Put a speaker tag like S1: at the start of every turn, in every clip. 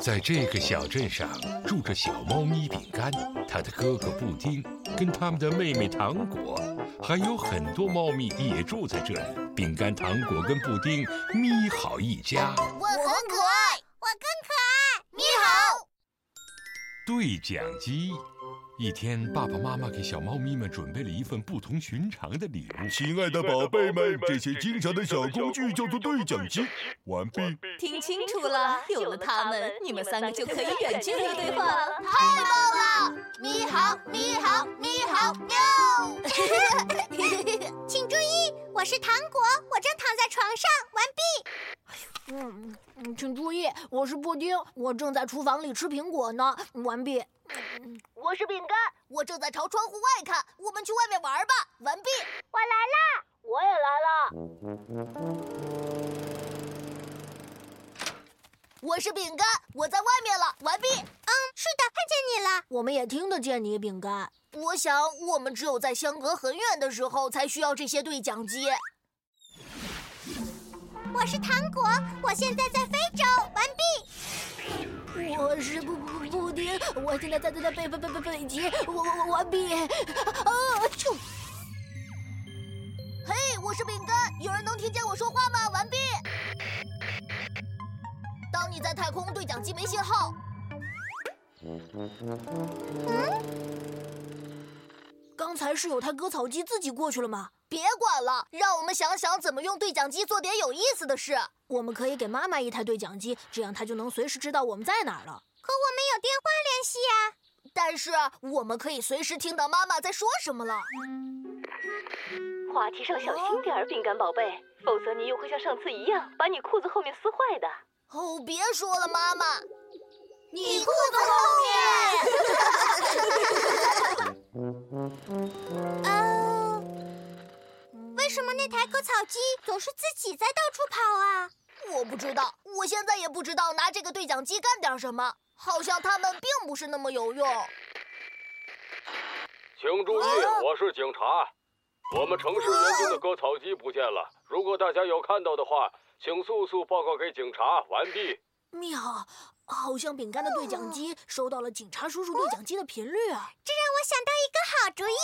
S1: 在这个小镇上住着小猫咪饼干，它的哥哥布丁，跟他们的妹妹糖果，还有很多猫咪也住在这里。饼干、糖果跟布丁，咪好一家。
S2: 我很可爱，
S3: 我更可爱。
S2: 你好，
S1: 对讲机。一天，爸爸妈妈给小猫咪们准备了一份不同寻常的礼物。
S4: 亲爱的宝贝们，这些经常的小工具叫做对讲机。完毕。
S5: 听清楚了，有了它们，你们三个就可以远距离对话了。
S2: 太棒了！咪好，咪好，咪好 喵！
S3: 请注意，我是糖果，我正躺在床上。完毕。
S2: 哎
S6: 嗯嗯，请注意，我是布丁，我正在厨房里吃苹果呢。完毕。
S7: 我是饼干，
S2: 我正在朝窗户外看。我们去外面玩吧。完毕。
S3: 我来啦！
S7: 我也来了。
S2: 我是饼干，我在外面了。完毕。
S3: 嗯，是的，看见你了。
S6: 我们也听得见你，饼干。
S2: 我想，我们只有在相隔很远的时候才需要这些对讲机。
S3: 我是糖果，我现在在非洲。完毕。
S6: 我是布布布丁，我现在在在在北北北北北极，我我我完毕。啊
S2: 啾！嘿，我是饼干，有人能听见我说话吗？完毕。当你在太空，对讲机没信号。
S6: 嗯？刚才是有台割草机自己过去了吗？
S2: 别管了，让我们想想怎么用对讲机做点有意思的事。
S6: 我们可以给妈妈一台对讲机，这样她就能随时知道我们在哪儿了。
S3: 可我们有电话联系呀、啊。
S2: 但是我们可以随时听到妈妈在说什么了。
S5: 话题上小心点儿，饼干宝贝，否则你又会像上次一样把你裤子后面撕坏的。
S2: 哦，别说了，妈妈，
S3: 你裤子 后面。
S2: 哦
S3: 啊 uh...。为什么那台割草机总是自己在到处跑啊？
S2: 我不知道，我现在也不知道拿这个对讲机干点什么，好像它们并不是那么有用。
S8: 请注意，我是警察，我们城市员工的割草机不见了。如果大家有看到的话，请速速报告给警察。完毕。
S6: 妙，啊好像饼干的对讲机收到了警察叔叔对讲机的频率
S3: 哦
S6: 啊！
S3: 这让我想到一个好主意。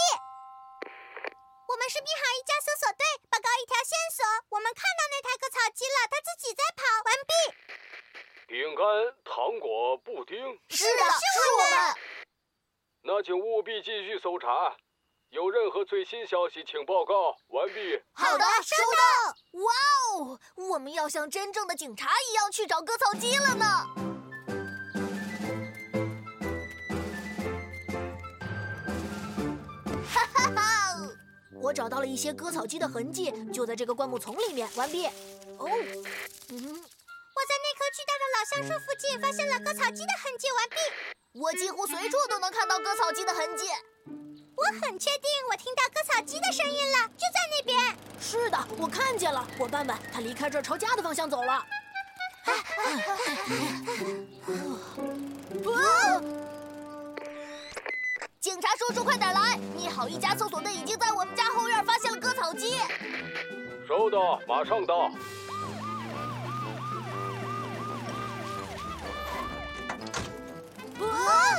S3: 我们是民航一家搜索队，报告一条线索。我们看到那台割草机了，它自己在跑。完毕。
S8: 饼干、糖果、布丁。
S2: 是的，是我们。
S8: 那请务必继续搜查，有任何最新消息请报告。完毕。
S2: 好的，收到。哇哦，我们要像真正的警察一样去找割草机了呢。
S6: 我找到了一些割草机的痕迹，就在这个灌木丛里面。完毕。
S3: 嗯，
S6: 哦，
S3: 我在那棵巨大的老橡树附近发现了割草机的痕迹。完毕。
S2: 我几乎随处都能看到割草机的痕迹。
S3: 我很确定，我听到割草机的声音了，就在那边。
S6: 是的，我看见了。伙伴们，它离开这儿朝家的方向走了。啊
S2: 啊啊警察叔叔，快点来！你好，一家搜索队已经在我们家后院发现了割草机。
S8: 收到，马上到。
S2: 啊！
S9: 哇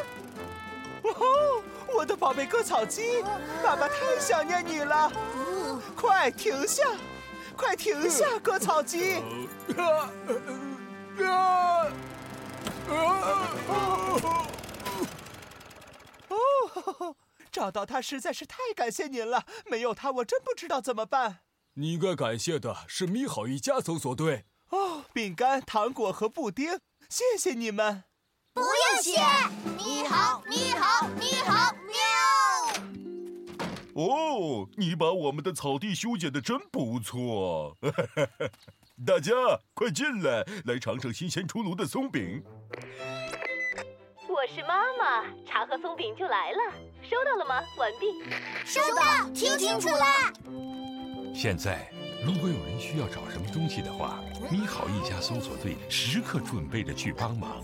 S9: 哦， 我的宝贝割草机，爸爸太想念你了！哦、快停下，快停下，割、呃、草机！啊啊啊哦，找到他实在是太感谢您了，没有他我真不知道怎么办。
S10: 你应该感谢的是咪好一家搜索队
S9: 哦，饼干、糖果和布丁，谢谢你们。
S2: 不用谢。
S3: 咪好，咪好，咪好，喵。
S4: 哦，你把我们的草地修剪的真不错。 大家快进来，来尝尝新鲜出炉的松饼。
S5: 我是妈妈，茶和松饼就来了，收到了吗？完毕。
S3: 收到，听清楚啦。
S1: 现在，如果有人需要找什么东西的话，咪好一家搜索队时刻准备着去帮忙。